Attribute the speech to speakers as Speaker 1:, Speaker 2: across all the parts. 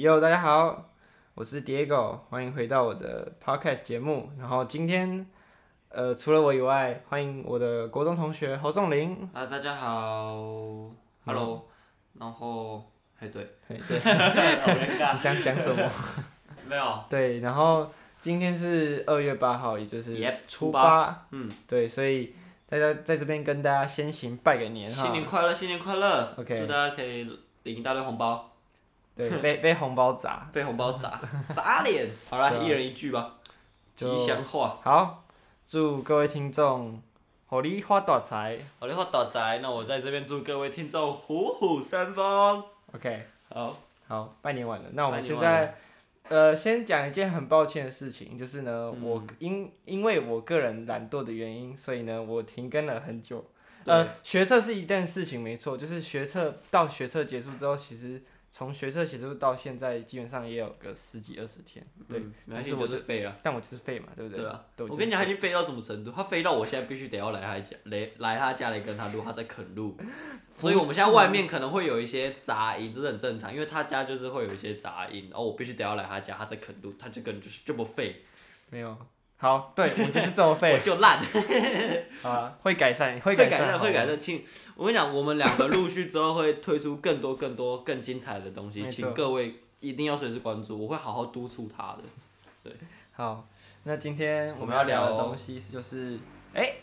Speaker 1: 哟，大家好，我是 Diego，欢迎回到我的 podcast 节目。然后今天，呃，除了我以外，欢迎我的国中同学侯仲林。
Speaker 2: 啊，大家好，Hello，、然后，哎对，
Speaker 1: 嘿 对，
Speaker 2: 嗯好尴尬，
Speaker 1: 你想讲什 么？
Speaker 2: 没有，
Speaker 1: 对，然后今天是二月八号，也就是
Speaker 2: Yep，
Speaker 1: 初
Speaker 2: 初
Speaker 1: 八。
Speaker 2: 嗯，
Speaker 1: 对，所以大家在这边跟大家先行拜个年
Speaker 2: 新
Speaker 1: 哈。
Speaker 2: 年快乐，新年快乐
Speaker 1: OK
Speaker 2: 祝大家可以领一大堆红包，
Speaker 1: 对，被被红包砸。
Speaker 2: 被红包 砸砸脸，好啦，
Speaker 1: 对啊
Speaker 2: 一人一句吧，吉
Speaker 1: 就
Speaker 2: 祥话，
Speaker 1: 好，祝各位听众，虎力发大财。
Speaker 2: 好的话倒宅，那我在这边祝各位听众虎虎生风，
Speaker 1: OK。
Speaker 2: 好，
Speaker 1: 好，拜年晚了。那我们
Speaker 2: 拜
Speaker 1: 现
Speaker 2: 年晚
Speaker 1: 在，呃，先讲一件很抱歉的事情，就是呢，
Speaker 2: 嗯
Speaker 1: 我因因为我个人懒惰的原因，所以呢，我停更了很久。呃，学测是一件事情，没错，就是学测到学测结束之后，其实从学测结束到现在，基本上也有个十几二十天。对，
Speaker 2: 嗯，没关
Speaker 1: 但
Speaker 2: 系，
Speaker 1: 是我
Speaker 2: 我就废了。
Speaker 1: 但我就是废嘛，对不对？
Speaker 2: 对啊，
Speaker 1: 对
Speaker 2: 我跟你讲，他已经飞到什么程度？他飞到我现在必须得要来他家，来来他家里跟他录，他在啃录，所以我们现在
Speaker 1: 啊
Speaker 2: 外面可能会有一些杂音，这是很正常，因为他家就是会有一些杂音，然后我必须得要来他家，他在啃录，他这个人就是这么废，
Speaker 1: 没有。好， 对我就是这么
Speaker 2: 我
Speaker 1: 废
Speaker 2: 就烂，
Speaker 1: 啊，会改善，会
Speaker 2: 会改
Speaker 1: 善，哦
Speaker 2: 善，会改
Speaker 1: 善。
Speaker 2: 善。请我跟你讲，我们两个陆续之后会推出更多更多更精彩的东西，
Speaker 1: 没错
Speaker 2: 请各位一定要随时关注，我会好好督促他的。
Speaker 1: 好，那今天我
Speaker 2: 我
Speaker 1: 们
Speaker 2: 们
Speaker 1: 要
Speaker 2: 要
Speaker 1: 聊的
Speaker 2: 聊
Speaker 1: 东西就是，哎、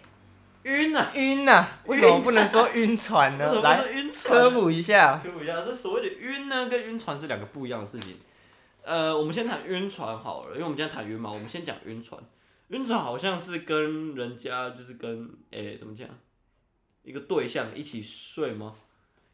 Speaker 2: 晕啊！
Speaker 1: 晕呐、为什么不能说晕船
Speaker 2: 为什
Speaker 1: 呢？
Speaker 2: 么不
Speaker 1: 来
Speaker 2: 是晕船啊
Speaker 1: 科？普一下。
Speaker 2: 科普一下，这所谓的晕呢，跟晕船是两个不一样的事情。 呃，我们先谈晕船好了，因为我们今天谈晕嘛，我们先讲晕船。晕船好像是跟人家就是跟诶、怎么讲，一个对象一起睡吗？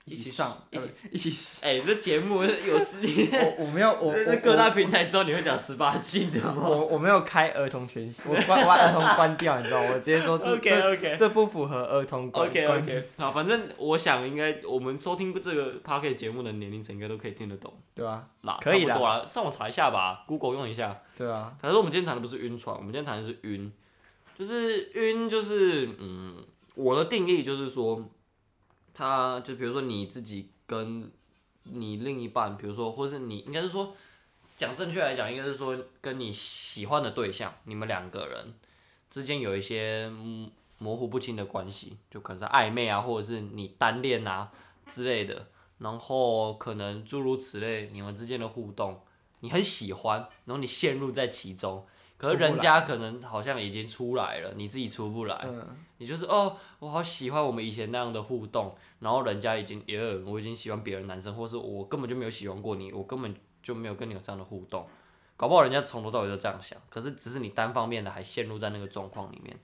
Speaker 1: 一起上
Speaker 2: 一起
Speaker 1: 一起，
Speaker 2: 哎、这节目有十，
Speaker 1: 我我没有 我
Speaker 2: 在
Speaker 1: 我
Speaker 2: 各大平台之后你会讲十八禁的
Speaker 1: 我
Speaker 2: 吗
Speaker 1: 我我没有开儿童权限，我关我把儿童关掉，你知道吗？我直接说这
Speaker 2: ？OK
Speaker 1: 这
Speaker 2: OK
Speaker 1: 这不符合儿童关
Speaker 2: OK
Speaker 1: 关
Speaker 2: OK，好，反正我想应该我们收听这个 p a r k e t 节目的年龄层应该都可以听得懂
Speaker 1: 对吧？
Speaker 2: 啦，
Speaker 1: 可以
Speaker 2: 差
Speaker 1: 啦
Speaker 2: 不多啦，上网查一下吧，Google 用一下。
Speaker 1: 对啊，
Speaker 2: 可是我们今天谈的不是晕船，我们今天谈的是晕，就是晕，就是嗯，我的定义就是说，他就比如说你自己跟你另一半，比如说，或是你应该是说，讲正确来讲，应该是说跟你喜欢的对象，你们两个人之间有一些嗯模糊不清的关系，就可能是暧昧啊，或者是你单恋啊之类的，然后可能诸如此类，你们之间的互动，你很喜欢，然后你陷入在其中，可是
Speaker 1: 出不来
Speaker 2: 人家可能好像已经出来了，你自己出不来，
Speaker 1: 嗯，
Speaker 2: 你就是哦，我好喜欢我们以前那样的互动，然后人家已经也有，我已经喜欢别的男生，或是我根本就没有喜欢过你，我根本就没有跟你有这样的互动，搞不好人家从头到尾都这样想，可是只是你单方面的还陷入在那个状况里面，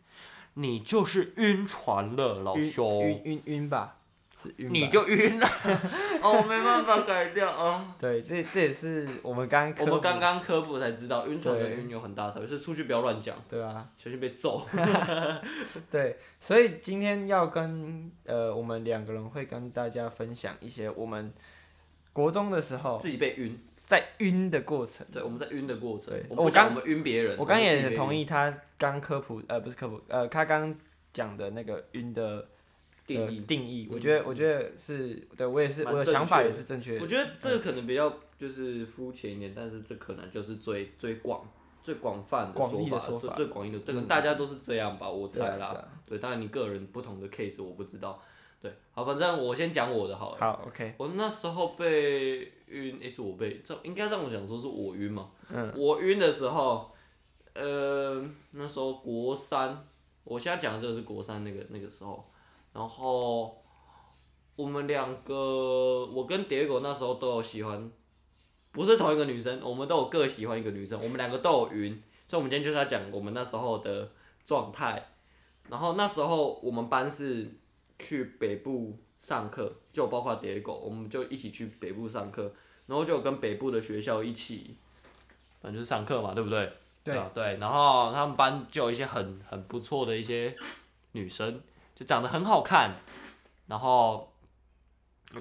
Speaker 2: 你就是晕船了，老
Speaker 1: 晕
Speaker 2: 兄，
Speaker 1: 晕晕晕吧，是晕吧。
Speaker 2: 你就 晕了，哦，没办法改掉啊。
Speaker 1: 对，这这也是我们刚
Speaker 2: 我
Speaker 1: 科
Speaker 2: 们
Speaker 1: 普
Speaker 2: 刚刚科普才知道，晕船
Speaker 1: 对
Speaker 2: 跟晕有很大差别，所以出去不要乱讲，
Speaker 1: 对啊，
Speaker 2: 小心被揍。
Speaker 1: 对，所以今天要跟呃我们两个人会跟大家分享一些我们国中的时候
Speaker 2: 自己被晕，
Speaker 1: 在晕的过程。
Speaker 2: 对，我们在晕的过程
Speaker 1: 对，哦
Speaker 2: 我们
Speaker 1: 我
Speaker 2: 不讲
Speaker 1: 刚
Speaker 2: 我们晕别人，
Speaker 1: 我刚
Speaker 2: 们自己
Speaker 1: 也
Speaker 2: 被
Speaker 1: 同
Speaker 2: 晕
Speaker 1: 意他刚科普，呃，不是科普，呃，他刚讲的那个晕的
Speaker 2: 定
Speaker 1: 的
Speaker 2: 义。
Speaker 1: 定义，我
Speaker 2: 嗯
Speaker 1: 觉得，我觉得是对我也是
Speaker 2: 蛮
Speaker 1: 我的
Speaker 2: 正
Speaker 1: 想法
Speaker 2: 确
Speaker 1: 也
Speaker 2: 的
Speaker 1: 是正确嗯
Speaker 2: 我
Speaker 1: 的。
Speaker 2: 觉得这个可能比较就是肤浅一点，但是这可能就是最最广、最广泛的
Speaker 1: 广义的
Speaker 2: 说
Speaker 1: 说法嗯
Speaker 2: 最最广义的，这个大家都是这样吧，我
Speaker 1: 对啊
Speaker 2: 猜啦。
Speaker 1: 对啊
Speaker 2: 对，当然你个人不同的 case 我不知道。对，好，反正我先讲我的好了。
Speaker 1: 好，OK，
Speaker 2: 我那时候被晕，诶、是我被这应该让我讲说是我晕嘛。
Speaker 1: 嗯，
Speaker 2: 我晕的时候，呃，那时候国三，我现在讲的就是国三那个那个时候，然后我们两个，我跟蝶狗那时候都有喜欢，不是同一个女生，我们都有各喜欢一个女生，我们两个都有晕，所以我们今天就是要讲我们那时候的状态。然后那时候我们班是去北部上课，就包括蝶狗，我们就一起去北部上课，然后就有跟北部的学校一起，反正就是上课嘛，对不对？
Speaker 1: 对
Speaker 2: 啊对，然后他们班就有一些很很不错的一些女生，就长得很好看，然后。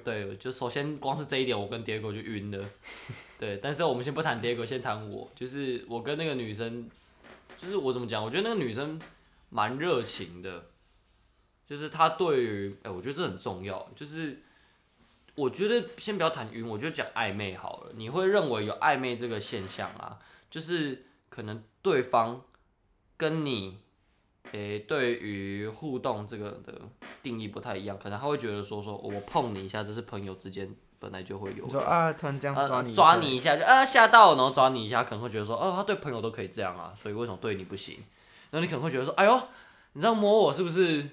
Speaker 2: 对，就首先光是这一点，我跟蝶狗就晕了。 对，但是我们先不谈蝶狗，先谈我，就是我跟那个女生，就是我怎么讲？我觉得那个女生蛮热情的，就是她对于，哎、我觉得这很重要，就是。我觉得先不要谈晕，我就讲暧昧好了。你会认为有暧昧这个现象啊，就是可能对方跟你，诶、对于互动这个的定义不太一样，可能他会觉得说说哦我碰你一下，这是朋友之间本来就会有
Speaker 1: 你。说啊，突然这样抓
Speaker 2: 呃
Speaker 1: 你一下，
Speaker 2: 抓你一下就啊吓到，然后抓你一下，可能会觉得说，哦，他对朋友都可以这样啊，所以为什么对你不行？然后你可能会觉得说，哎呦，你这样摸我是不是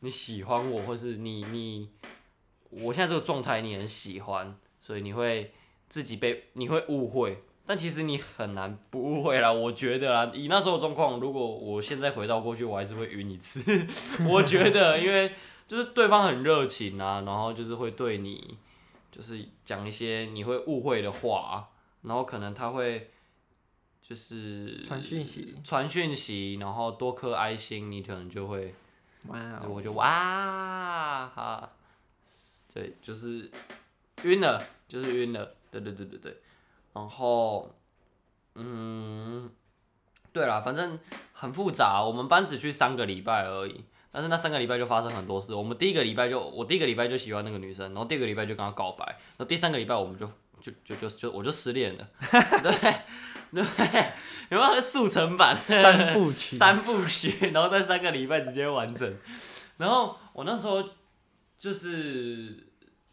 Speaker 2: 你喜欢我，或是你你我现在这个状态你很喜欢，所以你会自己被你会误会，但其实你很难不误会啦。我觉得啦，以那时候的状况，如果我现在回到过去，我还是会晕一次。 我觉得，因为就是对方很热情啊，然后就是会对你就是讲一些你会误会的话，然后可能他会就是
Speaker 1: 传讯息，
Speaker 2: 传讯息，然后多颗爱心，你可能就会，
Speaker 1: 哇哦，
Speaker 2: 我就哇哈，对，就是晕了，就是晕了，对对对对对，然后，嗯，对啦，反正很复杂，我们班只去三个礼拜而已，但是那三个礼拜就发生很多事，我们第一个礼拜就我第一个礼拜就喜欢那个女生，然后第二个礼拜就跟她告白，然后第三个礼拜我们就就就就就我就失恋了， 对对，有没有速成版？
Speaker 1: 三部曲，
Speaker 2: 三部曲， 然后在三个礼拜直接完成。然后我那时候就是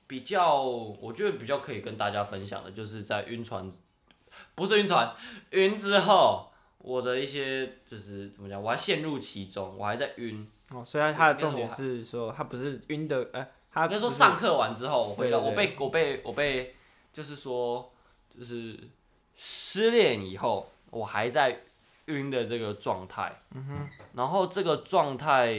Speaker 2: 比较，我觉得比较可以跟大家分享的，就是在晕船，不是晕船，晕之后，我的一些就是怎么讲，我还陷入其中，我还在晕。
Speaker 1: 哦，虽然他的
Speaker 2: 那
Speaker 1: 重
Speaker 2: 我
Speaker 1: 点
Speaker 2: 还
Speaker 1: 是说他不是晕的，呃，他
Speaker 2: 应该说
Speaker 1: 不是
Speaker 2: 上课完之后，我回到
Speaker 1: 对
Speaker 2: 我
Speaker 1: 对
Speaker 2: 被我被我被，就是说就是失恋以后，我还在晕的这个状态。
Speaker 1: 嗯
Speaker 2: 然后这个状态，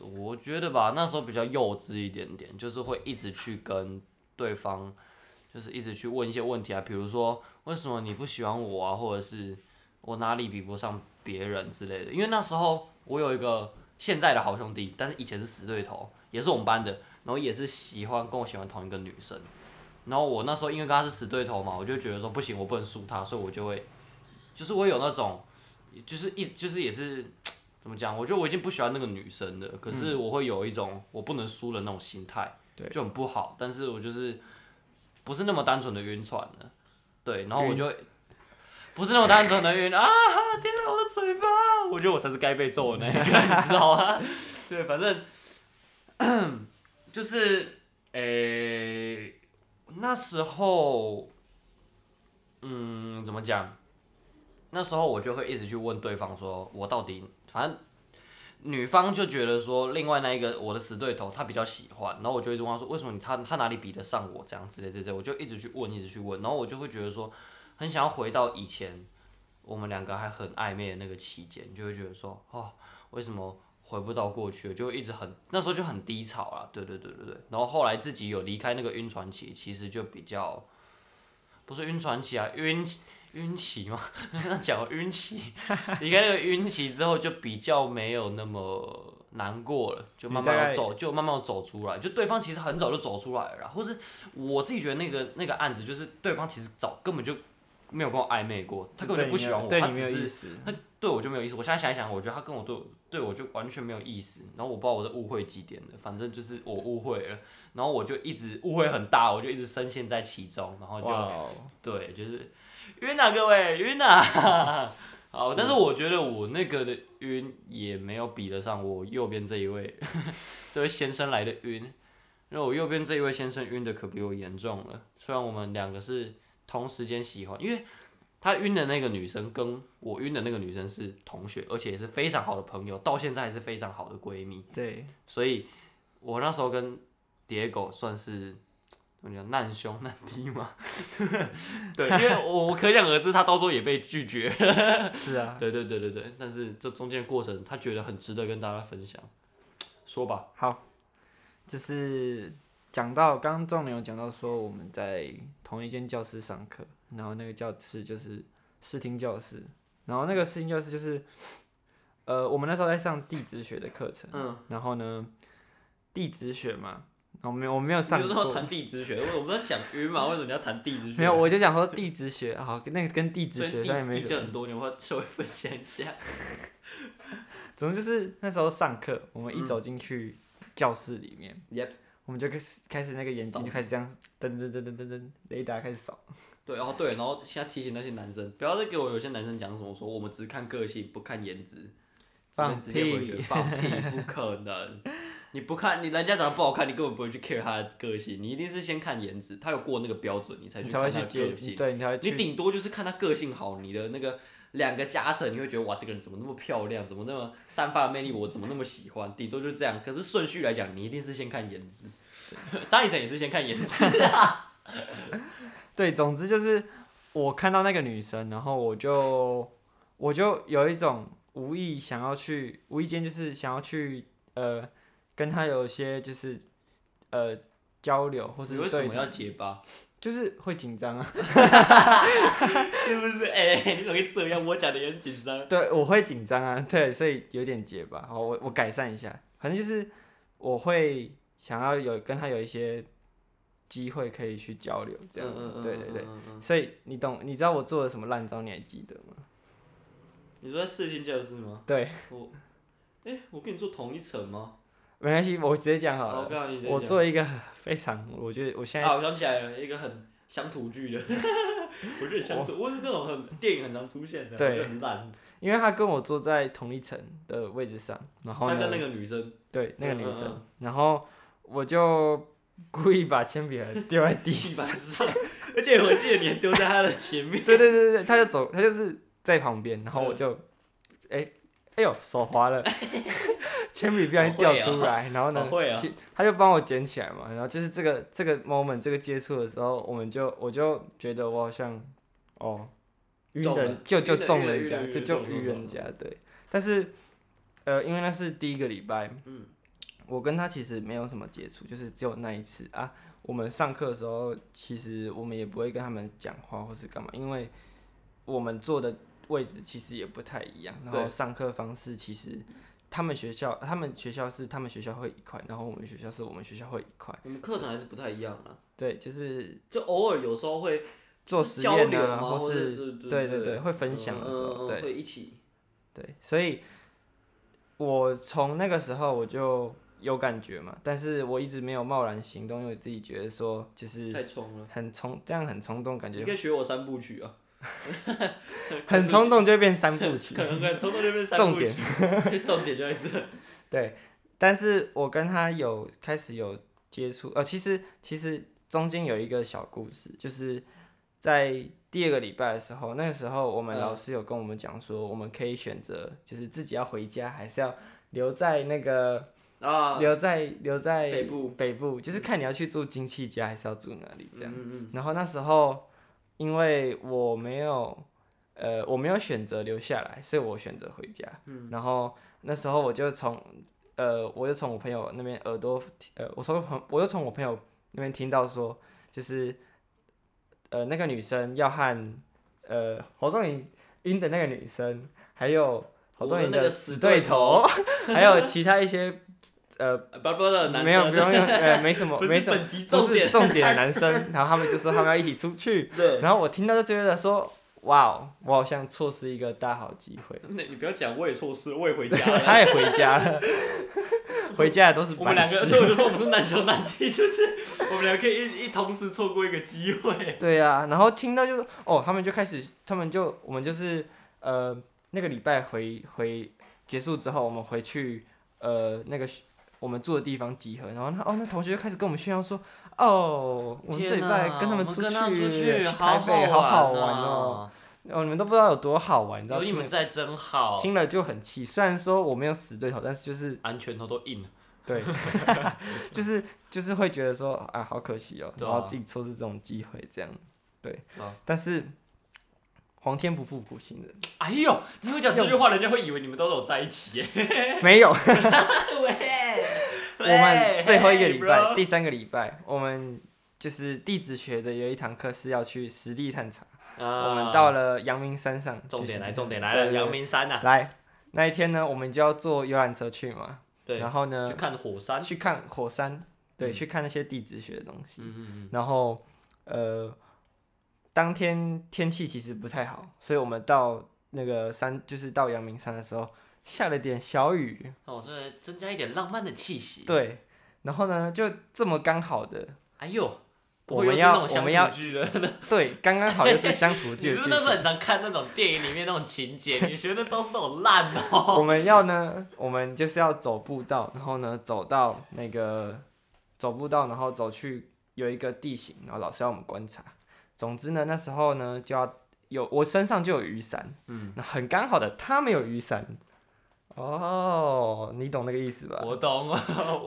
Speaker 2: 我觉得吧，那时候比较幼稚一点点，就是会一直去跟对方，就是一直去问一些问题啊，比如说为什么你不喜欢我啊，或者是我哪里比不上别人之类的。因为那时候我有一个现在的好兄弟，但是以前是死对头，也是我们班的，然后也是喜欢跟我喜欢同一个女生。然后我那时候因为跟他是死对头嘛，我就觉得说不行，我不能输他，所以我就会，就是我有那种，就是一就是也是怎么讲？我觉得我已经不喜欢那个女生了，可是我会有一种我不能输的那种心态，
Speaker 1: 对
Speaker 2: 就很不好。但是我就是不是那么单纯的晕船了，对，然后我就不是那么单纯的晕啊！天哪，我的嘴巴！我觉得我才是该被揍的那一个，你知道吗？对，反正 就是诶、那时候，嗯，怎么讲？那时候我就会一直去问对方说，我到底反正女方就觉得说，另外那一个我的死对头她比较喜欢，然后我就一直问她说，为什么你她她哪里比得上我这样之类之类之类，我就一直去问，一直去问，然后我就会觉得说，很想要回到以前我们两个还很暧昧的那个期间，就会觉得说，哦，为什么回不到过去了，就会一直很那时候就很低潮啦，对对对对对，然后后来自己有离开那个晕船期，其实就比较不是晕船期啊，晕晕期嘛， 那讲晕期，离开那个晕期之后就比较没有那么难过了，就慢慢
Speaker 1: 你大
Speaker 2: 地
Speaker 1: 概
Speaker 2: 走，就慢慢地走出来，就对方其实很早就走出来了啦，或是我自己觉得那个那个案子就是对方其实早根本就没有跟我暧昧过，他根本就不喜欢我，
Speaker 1: 对
Speaker 2: 他
Speaker 1: 你
Speaker 2: 只
Speaker 1: 没有
Speaker 2: 是
Speaker 1: 意思，
Speaker 2: 他对我就没有意思。我现在想一想，我觉得他跟我对我对我就完全没有意思。然后我不知道我在误会几点了，反正就是我误会了。然后我就一直误会很大，我就一直深陷在其中。然后就
Speaker 1: 哇哦，
Speaker 2: 对，就是晕啊，各位晕啊！ 好，但是我觉得我那个的晕也没有比得上我右边这一位 这位先生来的晕，因为我右边这一位先生晕的可比我严重了。虽然我们两个是同时间喜欢，因为他晕的那个女生跟我晕的那个女生是同学，而且也是非常好的朋友，到现在还是非常好的闺蜜。
Speaker 1: 对，
Speaker 2: 所以我那时候跟叠狗算是怎么讲难兄难弟嘛， 对，因为我我可想而知，他到时候也被拒绝。
Speaker 1: 是啊，
Speaker 2: 对对对对对，但是这中间的过程，他觉得很值得跟大家分享。说吧，
Speaker 1: 好，就是讲到刚刚仲有讲到说我们在同一间教室上课，然后那个教室就是视听教室，然后那个视听教室就是，呃，我们那时候在上地质学的课程，
Speaker 2: 嗯，
Speaker 1: 然后呢，地质学嘛，我没有我没有上
Speaker 2: 你说
Speaker 1: 过。
Speaker 2: 谈地质学，我我们在讲晕嘛，为什么你要谈地质学？
Speaker 1: 没有，我就想说地质学，好，那个跟地质
Speaker 2: 所以
Speaker 1: 学
Speaker 2: 地
Speaker 1: 当然没
Speaker 2: 地
Speaker 1: 什么
Speaker 2: 震很多年，我稍微分享一下。
Speaker 1: 总之就是那时候上课，我们一走进去教室里面
Speaker 2: 嗯 Yep
Speaker 1: 我们就开始开始那个眼睛就开始这样噔噔噔噔噔噔，雷达开始扫。
Speaker 2: 对，然后对，然后现在提醒那些男生，不要再给我有些男生讲什么说我们只看个性不看颜值，这边
Speaker 1: 放
Speaker 2: 直接回绝，
Speaker 1: 屁
Speaker 2: 放屁，不可能！你不看你人家长得不好看，你根本不会去 care 他的个性，你一定是先看颜值，他有过那个标准，你才
Speaker 1: 你
Speaker 2: 去
Speaker 1: 才
Speaker 2: 看
Speaker 1: 会去
Speaker 2: 他的
Speaker 1: 接
Speaker 2: 个，性。
Speaker 1: 对，你才会
Speaker 2: 你
Speaker 1: 去。
Speaker 2: 顶多就是看他个性好，你的那个两个加成，你会觉得哇，这个人怎么那么漂亮，怎么那么散发魅力，我怎么那么喜欢？顶多就这样。可是顺序来讲，你一定是先看颜值。张以晨也是先看颜值，
Speaker 1: 对，总之就是我看到那个女生，然后我就我就有一种无意想要去，无意间就是想要去呃跟她有一些就是呃交流，或是
Speaker 2: 你为什
Speaker 1: 对
Speaker 2: 么要
Speaker 1: 她，
Speaker 2: 结巴？
Speaker 1: 就是会紧张啊。
Speaker 2: 是不是？哎、你怎么会这样？我讲的也很紧张。
Speaker 1: 对，我会紧张啊，对，所以有点结巴。好，我我改善一下，反正就是我会想要有跟她有一些机会可以去交流，这样。对对对。
Speaker 2: 嗯嗯
Speaker 1: 所以你懂，你知道我做了什么烂招，你还记得吗？
Speaker 2: 你说在视听教室吗？
Speaker 1: 对，
Speaker 2: 我，哎、我跟你坐同一层吗？
Speaker 1: 没关系，我直接讲好
Speaker 2: 好
Speaker 1: 了
Speaker 2: 我。告诉你，
Speaker 1: 我做一个很非常，我觉得我现在、
Speaker 2: 啊，我想起来了，一个很乡土剧的，我觉得很乡土，我是那种很电影很常出现的，
Speaker 1: 对
Speaker 2: 我觉得很烂。
Speaker 1: 因为他跟我坐在同一层的位置上，然后
Speaker 2: 他
Speaker 1: 呢，
Speaker 2: 跟那个女生，
Speaker 1: 对那个女
Speaker 2: 嗯嗯
Speaker 1: 生，
Speaker 2: 嗯
Speaker 1: 然后我就故意把铅笔盒啊丢在地
Speaker 2: 地
Speaker 1: 上
Speaker 2: 板， 上，而且我记得你还丢在他的前面，
Speaker 1: 对对对对，他就走，他就是在旁边，然后我
Speaker 2: 嗯
Speaker 1: 就，哎、哎呦，手滑 了，铅笔不小心掉出来，然后呢
Speaker 2: 好，会啊！
Speaker 1: 其他就帮我捡起来嘛，然后就是这个这个 moment 这个接触的时候，我们就我就觉得我好像哦晕
Speaker 2: 中
Speaker 1: 人
Speaker 2: 了
Speaker 1: 就就
Speaker 2: 晕了
Speaker 1: 中
Speaker 2: 晕
Speaker 1: 了
Speaker 2: 了
Speaker 1: 人
Speaker 2: 晕
Speaker 1: 家，
Speaker 2: 了
Speaker 1: 就
Speaker 2: 晕了
Speaker 1: 就
Speaker 2: 中了
Speaker 1: 晕
Speaker 2: 中了
Speaker 1: 人家对，但是呃因为那是第一个礼拜，
Speaker 2: 嗯，
Speaker 1: 我跟他其实没有什么接触，就是只有那一次啊。我们上课的时候，其实我们也不会跟他们讲话或是干嘛，因为我们坐的位置其实也不太一样，然后
Speaker 2: 对
Speaker 1: 上课方式其实他们学校他们学校是他们学校会一块，然后我们学校是我们学校会一块，
Speaker 2: 我们课程还是不太一样啊，
Speaker 1: 对，就是
Speaker 2: 就偶尔有时候会
Speaker 1: 做实
Speaker 2: 交
Speaker 1: 验
Speaker 2: 流
Speaker 1: 啊，
Speaker 2: 嘛，
Speaker 1: 或
Speaker 2: 是
Speaker 1: 是对对对，会分享的时候，
Speaker 2: 嗯嗯嗯
Speaker 1: 对
Speaker 2: 会一起，
Speaker 1: 对，所以我从那个时候我就有感觉嘛，但是我一直没有贸然行动，因为我自己觉得说就是。
Speaker 2: 太冲了。
Speaker 1: 很冲，这样很冲动，感
Speaker 2: 你
Speaker 1: 觉
Speaker 2: 可以学我三部曲啊，
Speaker 1: 很冲动就会变三部曲
Speaker 2: 可。能可能从头就变三
Speaker 1: 重
Speaker 2: 部曲，重点就在这。
Speaker 1: 对，但是我跟他有开始有接触，呃，其实其实中间有一个小故事，就是在第二个礼拜的时候，那个时候我们
Speaker 2: 嗯
Speaker 1: 老师有跟我们讲说，我们可以选择就是自己要回家，还是要留在那个
Speaker 2: 啊，
Speaker 1: 留在留在
Speaker 2: 北部
Speaker 1: 北部，就是看你要去住亲戚家，还是要住哪里这样。
Speaker 2: 嗯嗯
Speaker 1: 然后那时候因为我没有，呃，我没有选择留下来，所以我选择回家。嗯、然后那时候我就从，呃，我就从我朋友那边耳朵，呃，我从朋，我就从我朋友那边听到说，就是，呃，那个女生要和，呃，侯仲颖晕的那个女生，还有侯仲颖
Speaker 2: 我的那个
Speaker 1: 死
Speaker 2: 死
Speaker 1: 对
Speaker 2: 对
Speaker 1: 头，还有其他一些，呃，
Speaker 2: 嗯，巴巴 的男生
Speaker 1: 没有不用用，呃，没什么，
Speaker 2: 不
Speaker 1: 没
Speaker 2: 是
Speaker 1: 什么。
Speaker 2: 本集
Speaker 1: 不
Speaker 2: 重
Speaker 1: 是
Speaker 2: 点，
Speaker 1: 重 点的男生，然后他们就说他们要一起出去，
Speaker 2: 对，
Speaker 1: 然后我听到就觉得说，哇哦，我好像错失一个大好机会。
Speaker 2: 那你不要讲，我也错失，我也回 家了。
Speaker 1: 他也回家了，回家的都是
Speaker 2: 我
Speaker 1: 白
Speaker 2: 们两个，
Speaker 1: 痴。
Speaker 2: 所以我就说我们是难兄难弟，就是我们俩可以一一同时错过一个机会。
Speaker 1: 对啊，然后听到就是哦，他们就开始，他们就我们就是呃那个礼拜回回结束之后，我们回去呃那个学我们住的地方集合，然后那哦那同学就开始跟我们炫耀说，哦我们这礼拜跟他们出去，台北好
Speaker 2: 啊
Speaker 1: 好玩啊哦，！哦你们都不知道有多好玩，你知道听了
Speaker 2: 在真好，
Speaker 1: 听了就很气。虽然说我没有死对头，但是就是
Speaker 2: 安全头都硬了。
Speaker 1: 对， 就是就是会觉得说啊，好可惜哦、
Speaker 2: 对
Speaker 1: 然
Speaker 2: 啊
Speaker 1: 后自己错失这种机会，这样对
Speaker 2: 啊。
Speaker 1: 但是皇天不负苦心 人，
Speaker 2: 哎呦，你会讲这
Speaker 1: 哎
Speaker 2: 句话，人家会以为你们都有在一起耶。
Speaker 1: 没有。
Speaker 2: 喂，
Speaker 1: 我
Speaker 2: 哎
Speaker 1: 们最后一个礼
Speaker 2: 喂
Speaker 1: 拜，第三个礼拜，我们就是地质学的有一堂课是要去实地探查，
Speaker 2: bro
Speaker 1: 我们
Speaker 2: 啊
Speaker 1: 到了阳明山上。
Speaker 2: 重点来，
Speaker 1: 就是
Speaker 2: 重点来了，
Speaker 1: 对对对
Speaker 2: 阳明山啊呐，
Speaker 1: 来那一天呢，我们就要坐游览车去嘛。
Speaker 2: 对，
Speaker 1: 然后呢
Speaker 2: 去，看火山。
Speaker 1: 去看火山，对，去看那些地质学的东西。
Speaker 2: 嗯嗯
Speaker 1: 然后呃，当天天气其实不太好，所以我们到那个山，就是到阳明山的时候，下了点小雨
Speaker 2: 嗯，，哦，这增加一点浪漫的气息。
Speaker 1: 对。然后呢，就这么刚好的，
Speaker 2: 哎呦，不
Speaker 1: 我
Speaker 2: 会
Speaker 1: 们
Speaker 2: 又是
Speaker 1: 要
Speaker 2: 那种
Speaker 1: 我
Speaker 2: 乡
Speaker 1: 们要
Speaker 2: 土剧了。
Speaker 1: 对，刚刚好又是乡土
Speaker 2: 你
Speaker 1: 剧
Speaker 2: 是
Speaker 1: 的
Speaker 2: 不
Speaker 1: 剧
Speaker 2: 是那时候
Speaker 1: 情。
Speaker 2: 很常看那种电影里面那种情节？你学的招式都好烂哦、
Speaker 1: 我们要呢，我们就是要走步道，然后呢，走到那个走步道，然后走去有一个地形，然后老师要我们观察。总之呢，那时候呢就要有我身上就有雨伞，
Speaker 2: 嗯，
Speaker 1: 那很刚好的，他没有雨伞。哦，你懂那个意思吧？
Speaker 2: 我懂，我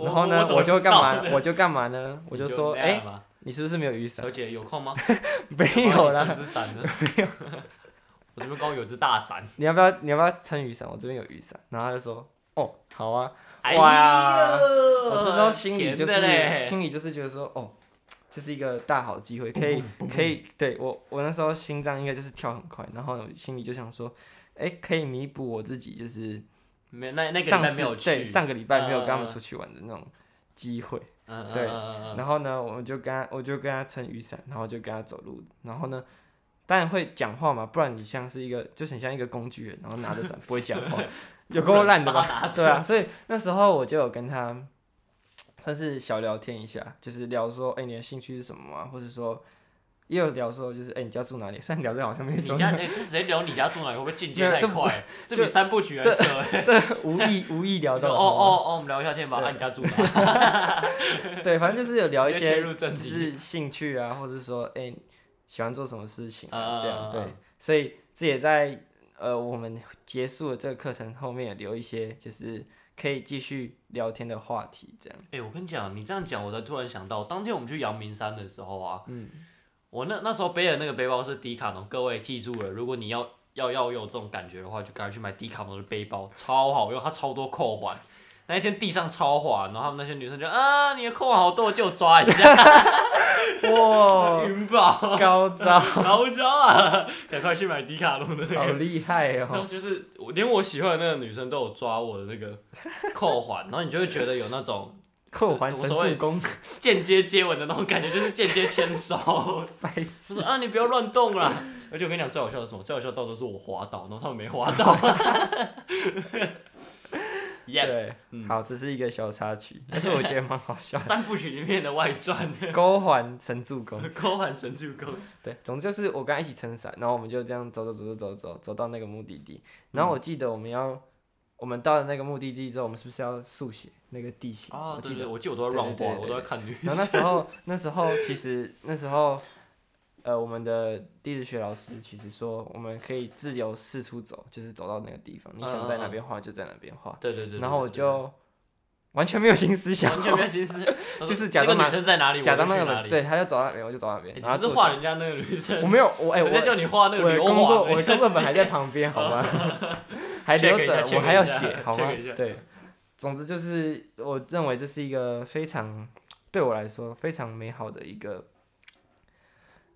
Speaker 1: 然后呢，
Speaker 2: 我
Speaker 1: 我就干嘛？
Speaker 2: 呢？
Speaker 1: 我就干嘛呢？我
Speaker 2: 你就
Speaker 1: 说，
Speaker 2: 那
Speaker 1: 哎、
Speaker 2: 样嘛，
Speaker 1: 你是不是没有雨伞
Speaker 2: 小？姐有空吗？
Speaker 1: 没有啦
Speaker 2: 我要，去撑只伞呢。没有， 我这边刚好有只大伞。
Speaker 1: 你要不要？你要不要撑雨伞？我这边有雨伞。然后他就说，哦，好啊。
Speaker 2: 哎
Speaker 1: 哇
Speaker 2: 呦
Speaker 1: 我哦这时候心里就
Speaker 2: 呃甜的嘞
Speaker 1: 是心里就是觉得说，哦，这是一个大好机会，
Speaker 2: 嗯
Speaker 1: 可以可以，对我我那时候心脏应该就是跳很快，然后心里就想说，哎，可以弥补我自己就是
Speaker 2: 没那那个礼
Speaker 1: 上
Speaker 2: 拜
Speaker 1: 次
Speaker 2: 没有去，
Speaker 1: 对上个礼拜没有跟他们
Speaker 2: 嗯
Speaker 1: 出去玩的那种机会。
Speaker 2: 嗯
Speaker 1: 对
Speaker 2: 嗯嗯嗯
Speaker 1: 然后呢，我就跟他我就跟他撑雨伞，然后就跟他走路，然后呢。当然会讲话嘛，不然你像是一个，就是很像一个工具人，然后拿着伞不会讲 话，有够烂的吧？
Speaker 2: 吧
Speaker 1: 对啊，所以那时候我就有跟他算是小聊天一下，就是聊说，哎、你的兴趣是什么啊？或者说，也有聊说，就是，哎、你家住哪里？虽然聊这好像没
Speaker 2: 你
Speaker 1: 什么，
Speaker 2: 家哎，这直接聊你家住哪里，会不会进阶
Speaker 1: 没有
Speaker 2: 太
Speaker 1: 这不
Speaker 2: 快？这
Speaker 1: 这
Speaker 2: 比三部曲还
Speaker 1: 这
Speaker 2: 扯 欸。
Speaker 1: 这无意无意聊
Speaker 2: 就
Speaker 1: 到
Speaker 2: 哦
Speaker 1: 了，
Speaker 2: 哦哦，我们聊一下天吧。
Speaker 1: 对
Speaker 2: 啊，你家住哪？
Speaker 1: 对，反正就是有聊一
Speaker 2: 直接切
Speaker 1: 些
Speaker 2: 入正
Speaker 1: 就
Speaker 2: 题
Speaker 1: 是兴趣啊，或者说，哎、喜欢做什么事情啊，这样
Speaker 2: 嗯嗯嗯嗯
Speaker 1: 对，所以这也在呃我们结束了这个课程后面也留一些就是可以继续聊天的话题，这样，
Speaker 2: 哎，我跟你讲，你这样讲，我才突然想到，当天我们去阳明山的时候啊，嗯，我那那时候背的那个背包是迪卡侬，各位记住了，如果你要要要有这种感觉的话，就赶快去买迪卡侬的背包，超好用，它超多扣环。那一天地上超滑，然后他们那些女生就啊，你的扣环好多，借我抓一下，
Speaker 1: 哇，
Speaker 2: 晕爆，
Speaker 1: 高招，
Speaker 2: 高招啊！赶快去买迪卡侬的那个
Speaker 1: 好厉害哦
Speaker 2: 然！后就是我连我喜欢的那个女生都有抓我的那个扣环，然后你就会觉得有那种
Speaker 1: 扣环神助攻，
Speaker 2: 间接接吻的那种感觉，就是间接牵手，
Speaker 1: 白
Speaker 2: 就
Speaker 1: 痴
Speaker 2: 是啊你不要乱动啦。而且我跟你讲最好笑的是什么？最好笑的到时候是我滑倒，然后他们没滑倒。 耶、
Speaker 1: 对，
Speaker 2: 嗯
Speaker 1: 好，这是一个小插曲，但是我觉得蛮好笑
Speaker 2: 三部曲里面的外传，
Speaker 1: 的。 勾环神助攻，
Speaker 2: 扣环神助攻。
Speaker 1: 对，总之就是我跟他一起撑伞，然后我们就这样走走走走走走走到那个目的地，然后我记得我们要，我们到了那个目的地之后，我们是不是要速写那个地形？
Speaker 2: 啊
Speaker 1: 哦我，
Speaker 2: 对
Speaker 1: 记
Speaker 2: 对，
Speaker 1: 得。
Speaker 2: 我记得我都在
Speaker 1: 对
Speaker 2: run
Speaker 1: 对对
Speaker 2: 花，
Speaker 1: 对
Speaker 2: 我都在看女
Speaker 1: 然后那时候那时候其实那时候，呃，我们的地质学老师其实说我们可以自由四处走，就是走到那个地方，你想在哪边画就在哪边画。
Speaker 2: 对对对对。
Speaker 1: 然后我
Speaker 2: 对对
Speaker 1: 就完全没有心思想，
Speaker 2: 完全没有心思，
Speaker 1: 就是假
Speaker 2: 那
Speaker 1: 装
Speaker 2: 个
Speaker 1: 拿
Speaker 2: 女生在哪里，
Speaker 1: 假装
Speaker 2: 我
Speaker 1: 那个
Speaker 2: 就去哪
Speaker 1: 人，
Speaker 2: 里。
Speaker 1: 对，他就走到那边，我就走到那边，然
Speaker 2: 欸
Speaker 1: 后
Speaker 2: 你不
Speaker 1: 坐
Speaker 2: 是
Speaker 1: 下
Speaker 2: 画人家那个女生，
Speaker 1: 我没有，我哎、
Speaker 2: 人家
Speaker 1: 我
Speaker 2: 叫你画那个
Speaker 1: 我的
Speaker 2: 刘
Speaker 1: 工作
Speaker 2: 华，
Speaker 1: 我的工作本还在旁 边，好吗？还
Speaker 2: Check
Speaker 1: 留
Speaker 2: 一
Speaker 1: 着，
Speaker 2: 下
Speaker 1: 我
Speaker 2: check
Speaker 1: 还要
Speaker 2: 一下
Speaker 1: 写，好吗
Speaker 2: check 一下？
Speaker 1: 对，总之就是我认为这是一个非常对我来说非常美好的一个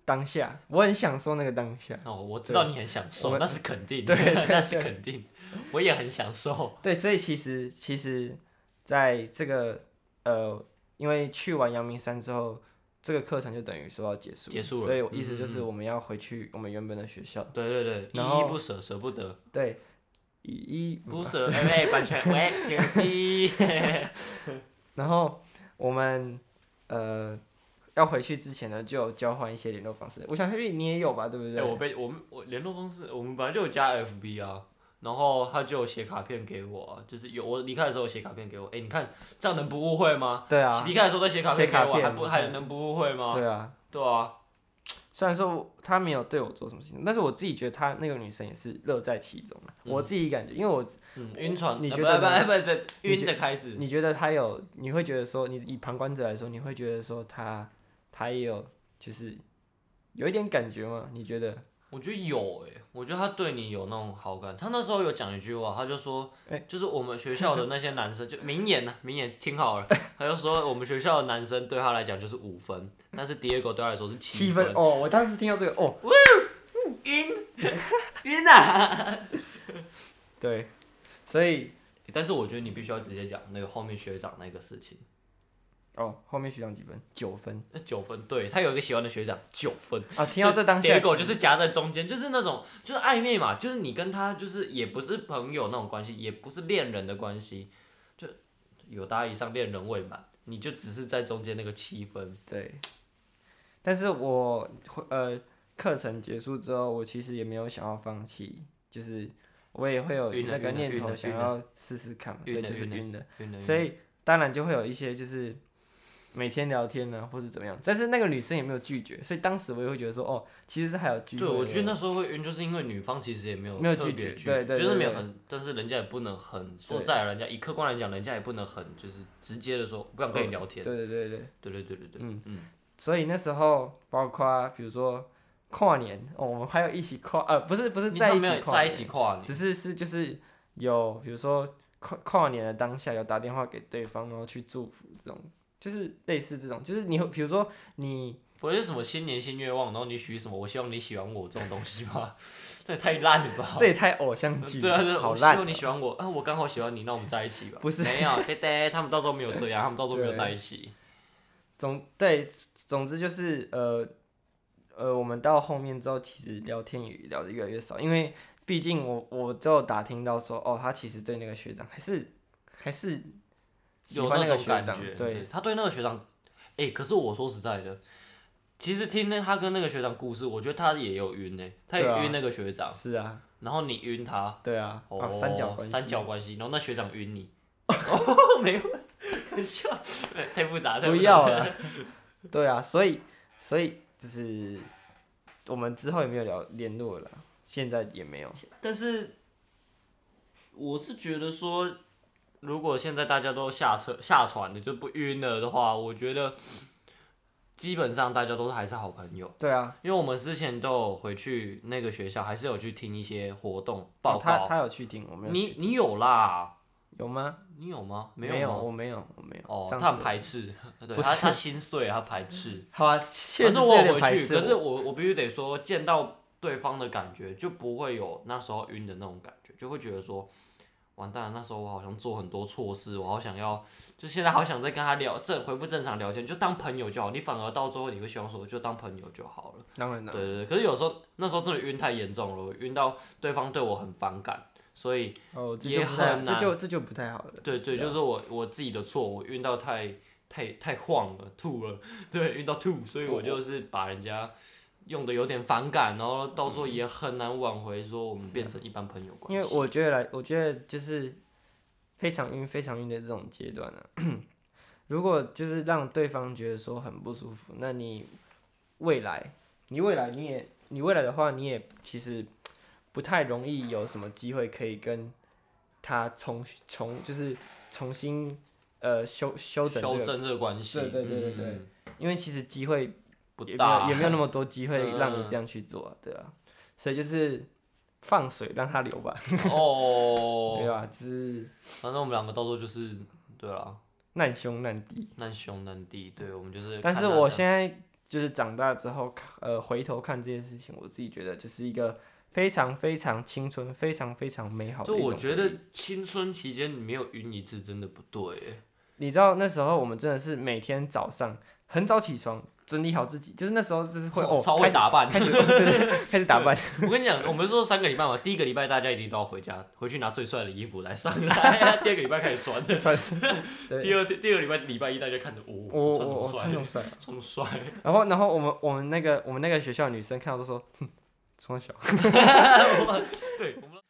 Speaker 1: 当下，我很享受那个当下。
Speaker 2: 哦，我知道你很享
Speaker 1: 我
Speaker 2: 受，
Speaker 1: 们
Speaker 2: 那是肯定，
Speaker 1: 对 对
Speaker 2: 那是肯定，我也很享受。
Speaker 1: 对，所以其实其实在这个呃，因为去完阳明山之后，这个课程就等于说要结束了，
Speaker 2: 结束了
Speaker 1: 所以我意思就
Speaker 2: 嗯
Speaker 1: 是我们要回去我们原本的学校。
Speaker 2: 对对对，依
Speaker 1: 然后嗯
Speaker 2: 依不舍，舍不得，
Speaker 1: 对，一一
Speaker 2: 不舍，哎喂，版权，喂，点滴，
Speaker 1: 然后我们呃要回去之前呢，就有交换一些联络方式。我想黑你也有吧，对不对？
Speaker 2: 哎，我被我们我联络方式，我们本来就有加 FB 啊。然后他就有写卡片给我啊、就是有我离开的时候有写卡片给我。哎，你看这样能不误会吗？
Speaker 1: 对啊，
Speaker 2: 离开的时候再写卡
Speaker 1: 写
Speaker 2: 片给
Speaker 1: 卡
Speaker 2: 我，还
Speaker 1: 片
Speaker 2: 不还能不误会吗？
Speaker 1: 对啊。
Speaker 2: 对啊，
Speaker 1: 虽然说他没有对我做什么事情，但是我自己觉得他那个女生也是乐在其中的。我自己感觉，因为我
Speaker 2: 嗯，晕船，
Speaker 1: 你
Speaker 2: 呃
Speaker 1: 觉得
Speaker 2: 不
Speaker 1: 呢
Speaker 2: 不不不，
Speaker 1: 你觉
Speaker 2: 晕的开始，
Speaker 1: 你觉得他有，你会觉得说，你以旁观者来说，你会觉得说他他也有就是有一点感觉吗？你觉得？
Speaker 2: 我觉得有诶、我觉得他对你有那种好感。他那时候有讲一句话，他就说，就是我们学校的那些男生，就名言呢、名言听好了，他就说我们学校的男生对他来讲就是五分，但是 Diego 对他来说是
Speaker 1: 气
Speaker 2: 分
Speaker 1: 氛，哦，我当时听到这个哦，
Speaker 2: 晕晕啊！
Speaker 1: 对，所以
Speaker 2: 但是我觉得你必须要直接讲那个后面学长那个事情，
Speaker 1: 哦后面学长几分？九分
Speaker 2: 那九分，对他有一个喜欢的学长九分。
Speaker 1: 啊！听到这当下
Speaker 2: 结，果就是夹在中间，就是那种就是暧昧嘛，就是你跟他就是也不是朋友那种关系，也不是恋人的关系，就有大家以上恋人未满，你就只是在中间那个气氛。
Speaker 1: 对，但是我呃课程结束之后，我其实也没有想要放弃，就是我也会有
Speaker 2: 晕了
Speaker 1: 那个
Speaker 2: 晕了
Speaker 1: 念
Speaker 2: 晕
Speaker 1: 头
Speaker 2: 了
Speaker 1: 想
Speaker 2: 晕
Speaker 1: 要试试看嘛，
Speaker 2: 晕
Speaker 1: 对，
Speaker 2: 了
Speaker 1: 就是
Speaker 2: 晕了嗯
Speaker 1: 晕的，
Speaker 2: 原来
Speaker 1: 所以当然就会有一些就是每天聊天呢、或者怎么样，但是那个女生也没有拒绝，所以当时我也会觉得说，哦，其实是还有拒绝，
Speaker 2: 对，我觉得那时候会晕，就是因为女方其实也没有
Speaker 1: 没有
Speaker 2: 特
Speaker 1: 拒
Speaker 2: 别
Speaker 1: 绝
Speaker 2: 拒
Speaker 1: 对对
Speaker 2: 就是
Speaker 1: 对
Speaker 2: 没有
Speaker 1: 对
Speaker 2: 很，但是人家也不能很说
Speaker 1: 对
Speaker 2: 在人家以客观来讲，人家也不能很就是直接的说不想
Speaker 1: 嗯
Speaker 2: 跟你聊天。
Speaker 1: 对对对对。
Speaker 2: 对对对对对，
Speaker 1: 嗯
Speaker 2: 嗯
Speaker 1: 所以那时候，包括比如说跨年，哦、我们还有一起跨，呃，不是不是
Speaker 2: 你
Speaker 1: 在
Speaker 2: 他
Speaker 1: 一
Speaker 2: 没有
Speaker 1: 起跨
Speaker 2: 在一
Speaker 1: 年
Speaker 2: 起跨年，
Speaker 1: 只是是就是有，比如说跨跨年的当下有打电话给对方，然后去祝福这种，就是类似这种，就是你会比如说你
Speaker 2: 不是什么新年新愿望，然后你许什么我希望你喜欢我这种东西吗？ 这也太烂了吧！
Speaker 1: 这也太偶像剧
Speaker 2: 对啊，就是
Speaker 1: 了，好
Speaker 2: 我希
Speaker 1: 烂哦，
Speaker 2: 望你喜欢我啊，我刚好喜欢你，那我们在一起吧。
Speaker 1: 不是
Speaker 2: 没有，对对，他们到时候没有 这样，他们到时候没有
Speaker 1: 对
Speaker 2: 在一起。
Speaker 1: 总对，总之就是呃呃，我们到后面之后，其实聊天也聊得越来越少，因为毕竟我我只有打听到说，哦，他其实对那个学长还是还是喜
Speaker 2: 有
Speaker 1: 欢
Speaker 2: 那
Speaker 1: 个
Speaker 2: 种
Speaker 1: 学
Speaker 2: 感
Speaker 1: 长
Speaker 2: 觉。，
Speaker 1: 对，
Speaker 2: 他对那个学长，哎、可是我说实在的，其实听那他跟那个学长故事，我觉得他也有晕呢、他也
Speaker 1: 对啊
Speaker 2: 晕那个学长，
Speaker 1: 是啊，
Speaker 2: 然后你晕他，
Speaker 1: 对啊，
Speaker 2: 哦，
Speaker 1: 啊三角关系，
Speaker 2: 三角关系，然后那学 长晕你， 哦，没有， 很笑，太复杂，太
Speaker 1: 啊不
Speaker 2: 复杂
Speaker 1: 要了， 对啊，所以所以就是我们之后也没有聊联络了啦，现在也没有，
Speaker 2: 但是我是觉得说，如果现在大家都下车下船的就不晕了的话，我觉得基本上大家都是还是好朋友。
Speaker 1: 对啊，
Speaker 2: 因为我们之前都有回去那个学校，还是有去听一些活动报
Speaker 1: 哦他
Speaker 2: 告。
Speaker 1: 他有去听，我没有
Speaker 2: 你
Speaker 1: 去，
Speaker 2: 你有啦？
Speaker 1: 有吗？
Speaker 2: 你有吗？
Speaker 1: 没
Speaker 2: 有吗？
Speaker 1: 我没有，我没有，
Speaker 2: 哦，
Speaker 1: 上
Speaker 2: 他
Speaker 1: 次
Speaker 2: 很排斥，对
Speaker 1: 不
Speaker 2: 他
Speaker 1: 是
Speaker 2: 他心碎，他排斥。
Speaker 1: 好啊，
Speaker 2: 可
Speaker 1: 确实
Speaker 2: 是
Speaker 1: 有
Speaker 2: 我
Speaker 1: 点
Speaker 2: 有
Speaker 1: 排
Speaker 2: 回去，
Speaker 1: 斥
Speaker 2: 可
Speaker 1: 我。
Speaker 2: 是我我必须得说，见到对方的感觉就不会有那时候晕的那种感觉，就会觉得说，完蛋了，那时候我好像做很多错事，我好想要，就现在好想再跟他聊正恢复正常聊天，就当朋友就好。你反而到最后你会希望说，就当朋友就好了。
Speaker 1: 当然了，
Speaker 2: 对对对，可是有时候那时候真的晕太严重了，我晕到对方对我很反感，所以
Speaker 1: 哦，这
Speaker 2: 也
Speaker 1: 就不太，
Speaker 2: 很
Speaker 1: 这
Speaker 2: 难
Speaker 1: 就这就不太好了。
Speaker 2: 对对，就是我我自己的错，我晕到太太太晃了，吐了， 对，晕到吐，所以我就是把人家用的有点反感，然后到时候也很难挽回，说我们变成一般朋友
Speaker 1: 嗯啊因
Speaker 2: 关
Speaker 1: 为
Speaker 2: 系。
Speaker 1: 我觉得来，我觉得就是非常晕、非常晕的这种阶段呢、啊 如果就是让对方觉得说很不舒服，那你未来，你未来你也，你未来的话，你也其实不太容易有什么机会可以跟他重重就是重新呃修修整这
Speaker 2: 修
Speaker 1: 个，
Speaker 2: 正这个关系，
Speaker 1: 对对对对对
Speaker 2: 嗯
Speaker 1: 因为其实机会
Speaker 2: 不
Speaker 1: 也没有
Speaker 2: 大，
Speaker 1: 也没有那么多机会让你
Speaker 2: 嗯
Speaker 1: 这样去做啊，对啊，所以就是放水让它流吧，对
Speaker 2: 哦。
Speaker 1: 吧？就是
Speaker 2: 反正我们两个到时候就是，对啊，
Speaker 1: 难兄难弟。
Speaker 2: 难兄难弟，对啊我们就是看大
Speaker 1: 但
Speaker 2: 家。
Speaker 1: 是我现在就是长大之后，呃，回头看这件事情，我自己觉得就是一个非常非常青春、非常非常美好的
Speaker 2: 就
Speaker 1: 一种
Speaker 2: 我
Speaker 1: 回忆。
Speaker 2: 觉得青春期间你没有晕一次真的不对耶，
Speaker 1: 你知道那时候我们真的是每天早上很早起床，整理好自己，就是那时候就是会哦，
Speaker 2: 超
Speaker 1: 开
Speaker 2: 会
Speaker 1: 始
Speaker 2: 打扮，
Speaker 1: 开始对对对开始打 扮，
Speaker 2: 我跟你讲，我们说三个礼拜嘛，第一个礼拜大家一定都要回家，回去拿最帅的衣服来上来。 第二个礼拜开始穿，
Speaker 1: 穿
Speaker 2: 第
Speaker 1: 对，
Speaker 2: 二第二个礼拜礼拜一大家看着，哦，
Speaker 1: 我
Speaker 2: 穿
Speaker 1: 我
Speaker 2: 么
Speaker 1: 我穿那
Speaker 2: 帅，
Speaker 1: 么帅，
Speaker 2: 穿么帅，
Speaker 1: 然后然后我们我们那个我们那个学校的女生看到都说，哼，穿小，
Speaker 2: 对，我们。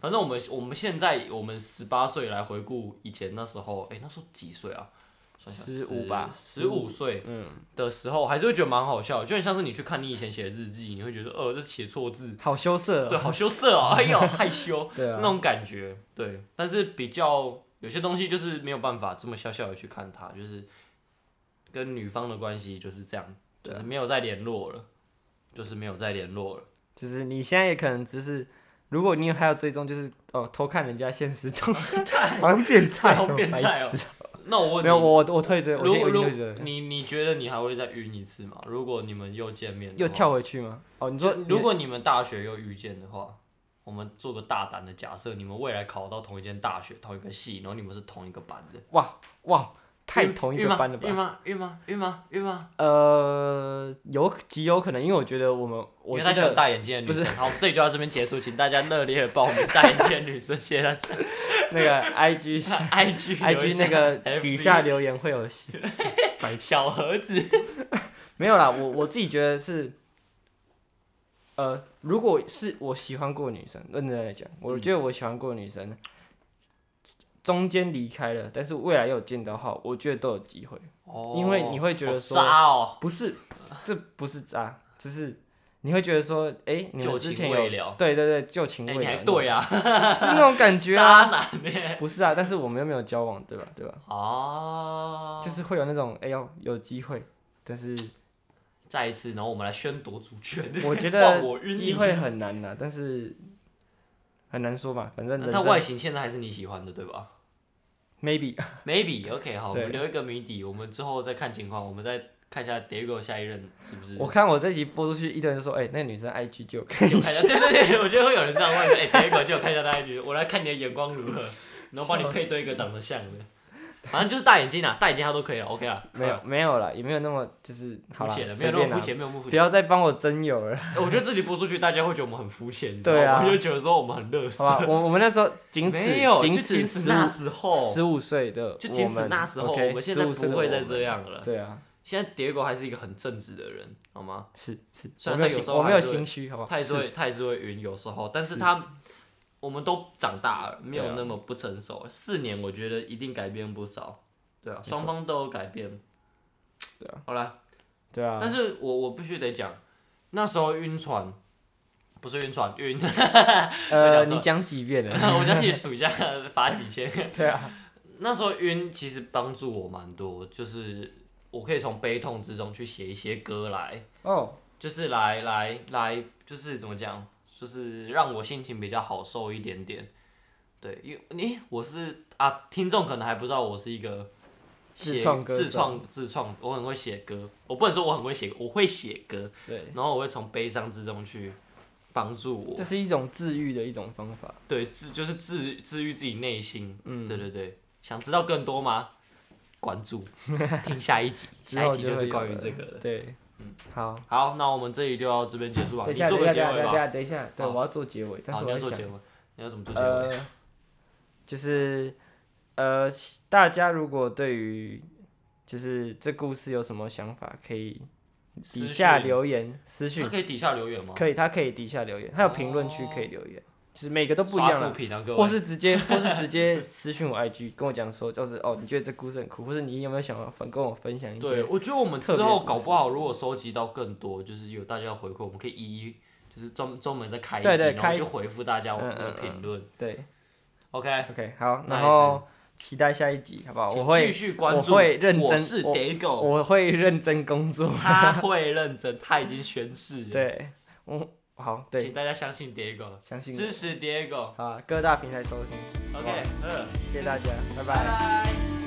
Speaker 2: 反正我们我们现在我们十八岁来回顾以前那时候，哎、那时候几岁啊？算下
Speaker 1: 15吧
Speaker 2: 十五岁
Speaker 1: 嗯，
Speaker 2: 的时候还是会觉得蛮好笑的，就很像是你去看你以前写的日记，你会觉得哦，这写错字，
Speaker 1: 好羞涩
Speaker 2: 对，
Speaker 1: 哦，
Speaker 2: 好羞涩哦，哎呦，害羞。
Speaker 1: 对
Speaker 2: 那
Speaker 1: 啊，
Speaker 2: 种感觉，对。但是比较有些东西就是没有办法这么笑笑的去看它，就是跟女方的关系就是这样，就
Speaker 1: 对啊
Speaker 2: 是没有再联络了，就是没有再联络了。
Speaker 1: 就是你现在也可能就是，如果你还有追踪，就是哦偷看人家现实动态，好像变态
Speaker 2: 好
Speaker 1: 哦，
Speaker 2: 变
Speaker 1: 白
Speaker 2: 态哦
Speaker 1: 痴
Speaker 2: 那我问
Speaker 1: 没有
Speaker 2: 你，
Speaker 1: 我我退追，我
Speaker 2: 如
Speaker 1: 先
Speaker 2: 果
Speaker 1: 我
Speaker 2: 如
Speaker 1: 先退追，
Speaker 2: 你你觉得你还会再晕一次吗？如果你们又见面，
Speaker 1: 又，跳回去吗？哦，你
Speaker 2: 你
Speaker 1: 说
Speaker 2: 说如
Speaker 1: 你
Speaker 2: 果你们大学又遇见的话。我们做个大胆的假设，你们未来考到同一间大学、同一个系，然后你们是同一个班的，
Speaker 1: 哇哇太同一
Speaker 2: 晕
Speaker 1: 个
Speaker 2: 吗
Speaker 1: 班了吧
Speaker 2: 晕？吗？晕吗？晕吗？晕吗？
Speaker 1: 呃，有极有可能，因为我觉得我们
Speaker 2: 因
Speaker 1: 我
Speaker 2: 为
Speaker 1: 觉
Speaker 2: 他喜欢
Speaker 1: 得
Speaker 2: 戴眼镜的女生。好，我们这里就到这边结束，请大家热烈的帮我们戴眼镜的女生，谢谢大家。
Speaker 1: 那个 I G
Speaker 2: I G
Speaker 1: I G 那个底下留言会有写，
Speaker 2: 小盒子，
Speaker 1: 没有啦，我我自己觉得是，呃，如果是我喜欢过的女生，认真来
Speaker 2: 嗯
Speaker 1: 讲，我觉得我喜欢过的女生，中间离开了，但是未来又有见到的话，我觉得都有机会，因为你会觉得说
Speaker 2: 好渣哦，
Speaker 1: 不是，这不是渣，就是你会觉得说，哎、你们
Speaker 2: 旧
Speaker 1: 之
Speaker 2: 情
Speaker 1: 前
Speaker 2: 未
Speaker 1: 有
Speaker 2: 了
Speaker 1: 对对对，旧情
Speaker 2: 哎，
Speaker 1: 未
Speaker 2: 你
Speaker 1: 了，
Speaker 2: 还对啊，
Speaker 1: 是那种感觉啊，
Speaker 2: 渣男欸呢？
Speaker 1: 不是啊，但是我们又没有交往，对吧？对吧？
Speaker 2: 哦，
Speaker 1: 就是会有那种，哎呦，有机会，但是
Speaker 2: 再一次，然后我们来宣夺主权，
Speaker 1: 我觉
Speaker 2: 换
Speaker 1: 得
Speaker 2: 我晕
Speaker 1: 机
Speaker 2: 你。
Speaker 1: 会很难呐、啊但是很难说嘛，反正人
Speaker 2: 那
Speaker 1: 生
Speaker 2: 外形现在还是你喜欢的，对吧
Speaker 1: maybe
Speaker 2: ？Maybe OK，好，我
Speaker 1: 对
Speaker 2: 们留一个谜底，我们之后再看情况，我们再看一下 Diego 下一任是不是
Speaker 1: 我看我这集播出去，一堆人就说，哎、那个女生 IG 就有看
Speaker 2: 就看一下，对对对，我觉得会有人这样问说，哎、欸，结果就看一下大家觉得，我来看你的眼光如何，然后帮你配对一个长得像的，反正就是大眼睛啊，大眼睛他都可以了，OK 了，
Speaker 1: 没有没有啦，也没有那么就是好
Speaker 2: 肤
Speaker 1: 啦，
Speaker 2: 浅的，没
Speaker 1: 随
Speaker 2: 有那
Speaker 1: 便
Speaker 2: 么
Speaker 1: 啦
Speaker 2: 肤，浅，没有那么肤
Speaker 1: 不
Speaker 2: 浅。哎
Speaker 1: 要再帮我真有 了，
Speaker 2: 我觉得这里播出去，大家会觉得我们很肤浅，你知道
Speaker 1: 对啊
Speaker 2: 吗我就觉得说我们很乐
Speaker 1: 好
Speaker 2: 色，
Speaker 1: 吧？我我们那时候仅此
Speaker 2: 没有，就
Speaker 1: 仅
Speaker 2: 仅
Speaker 1: 十
Speaker 2: 此那时候，
Speaker 1: 十五岁的
Speaker 2: 就
Speaker 1: 我
Speaker 2: 仅此
Speaker 1: 们，
Speaker 2: 那时候，
Speaker 1: OK，
Speaker 2: 我们现在
Speaker 1: 15岁的
Speaker 2: 不会
Speaker 1: 我
Speaker 2: 再
Speaker 1: 们
Speaker 2: 这样了。
Speaker 1: 对啊，
Speaker 2: 现在叠狗还是一个很正直的人，好吗？
Speaker 1: 是是，
Speaker 2: 虽
Speaker 1: 我
Speaker 2: 然
Speaker 1: 没有
Speaker 2: 他有
Speaker 1: 心
Speaker 2: 时候
Speaker 1: 我没有
Speaker 2: 还是会
Speaker 1: 心虚，好不
Speaker 2: 他
Speaker 1: 好？
Speaker 2: 也是
Speaker 1: 哦是
Speaker 2: 会，他也是会晕，有时候，但是
Speaker 1: 是
Speaker 2: 他、我们都长大了，没
Speaker 1: 对
Speaker 2: 有
Speaker 1: 啊
Speaker 2: 那么不成熟。四年，我觉得一定改变不少，对啊，
Speaker 1: 没错
Speaker 2: 双方都有改变。对啊，好啦，
Speaker 1: 对啊，
Speaker 2: 但是我我必须得讲，那时候晕船，不是晕船， 晕，
Speaker 1: 呃，
Speaker 2: 讲错
Speaker 1: 你讲几遍啊了？
Speaker 2: 我就自己数一下，罚几千。
Speaker 1: 对啊，
Speaker 2: 那时候晕其实帮助我蛮多，就是我可以从悲痛之中去写一些歌来。
Speaker 1: 哦，
Speaker 2: 就是来来来，就是怎么讲，就是让我心情比较好受一点点。对，因为你我是啊，听众可能还不知道我是一个
Speaker 1: 自
Speaker 2: 写
Speaker 1: 创歌手
Speaker 2: 自创自创，我很会写歌，我不能说我很会写，我会写歌，
Speaker 1: 对，
Speaker 2: 然后我会从悲伤之中去帮助我，
Speaker 1: 这是一种治愈的一种方法。
Speaker 2: 对，治就是治治愈自己内心。
Speaker 1: 嗯
Speaker 2: 对对对，想知道更多吗？关 注，听下一集，
Speaker 1: 之
Speaker 2: 下一
Speaker 1: 后
Speaker 2: 集
Speaker 1: 就
Speaker 2: 就是
Speaker 1: 会有
Speaker 2: 关于
Speaker 1: 了
Speaker 2: 这个的。
Speaker 1: 对，嗯，好，
Speaker 2: 好，那我们这里就到这边结束吧。
Speaker 1: 等一
Speaker 2: 你
Speaker 1: 下，
Speaker 2: 做
Speaker 1: 等
Speaker 2: 个
Speaker 1: 一下，
Speaker 2: 结
Speaker 1: 等
Speaker 2: 尾
Speaker 1: 一
Speaker 2: 吧。
Speaker 1: 下，等一下，对，
Speaker 2: 好
Speaker 1: 我要做结尾，但
Speaker 2: 好，
Speaker 1: 是
Speaker 2: 你
Speaker 1: 我在
Speaker 2: 要做
Speaker 1: 想
Speaker 2: 结尾，你要怎么做结尾？
Speaker 1: 呃，就是呃，大家如果对于就是这故事有什么想法，可以底
Speaker 2: 私
Speaker 1: 下
Speaker 2: 讯
Speaker 1: 留言私
Speaker 2: 他
Speaker 1: 讯，
Speaker 2: 可以底下留言吗？
Speaker 1: 可以，他可以底下留言，还有评论区可以留言，就是每个都不一样
Speaker 2: 哦刷
Speaker 1: 了
Speaker 2: 副。评啊，各
Speaker 1: 或
Speaker 2: 位。
Speaker 1: 是直接， 或是直接私讯我 IG，跟我讲说，就是哦，你觉得这故事很酷，或是你有没有想要分跟我分享一
Speaker 2: 对，
Speaker 1: 些？
Speaker 2: 我觉得我们
Speaker 1: 特
Speaker 2: 之
Speaker 1: 别
Speaker 2: 后
Speaker 1: 故
Speaker 2: 搞
Speaker 1: 事
Speaker 2: 不好，如果收集到更多，就是有大家的回馈，我们可以一一就是专专门再开一集，
Speaker 1: 对对
Speaker 2: 然
Speaker 1: 开
Speaker 2: 后去回复大家我们的
Speaker 1: 嗯嗯嗯
Speaker 2: 评论。
Speaker 1: 对
Speaker 2: OK，
Speaker 1: ，OK，好，
Speaker 2: nice
Speaker 1: 然后期待下一集，好不好？我
Speaker 2: 请哎继
Speaker 1: 会
Speaker 2: 续关注，
Speaker 1: 我会认
Speaker 2: 我
Speaker 1: 真
Speaker 2: 是
Speaker 1: 我
Speaker 2: Dago，
Speaker 1: 我会认真工作，
Speaker 2: 他会认真，他已经宣誓了。，
Speaker 1: 对，我好，对，
Speaker 2: 请大家相信 Dago，
Speaker 1: 相信
Speaker 2: 支持 Dago。
Speaker 1: 我好啊，各大平台收听，
Speaker 2: OK，嗯，
Speaker 1: 谢谢大家，拜拜。
Speaker 2: 拜拜。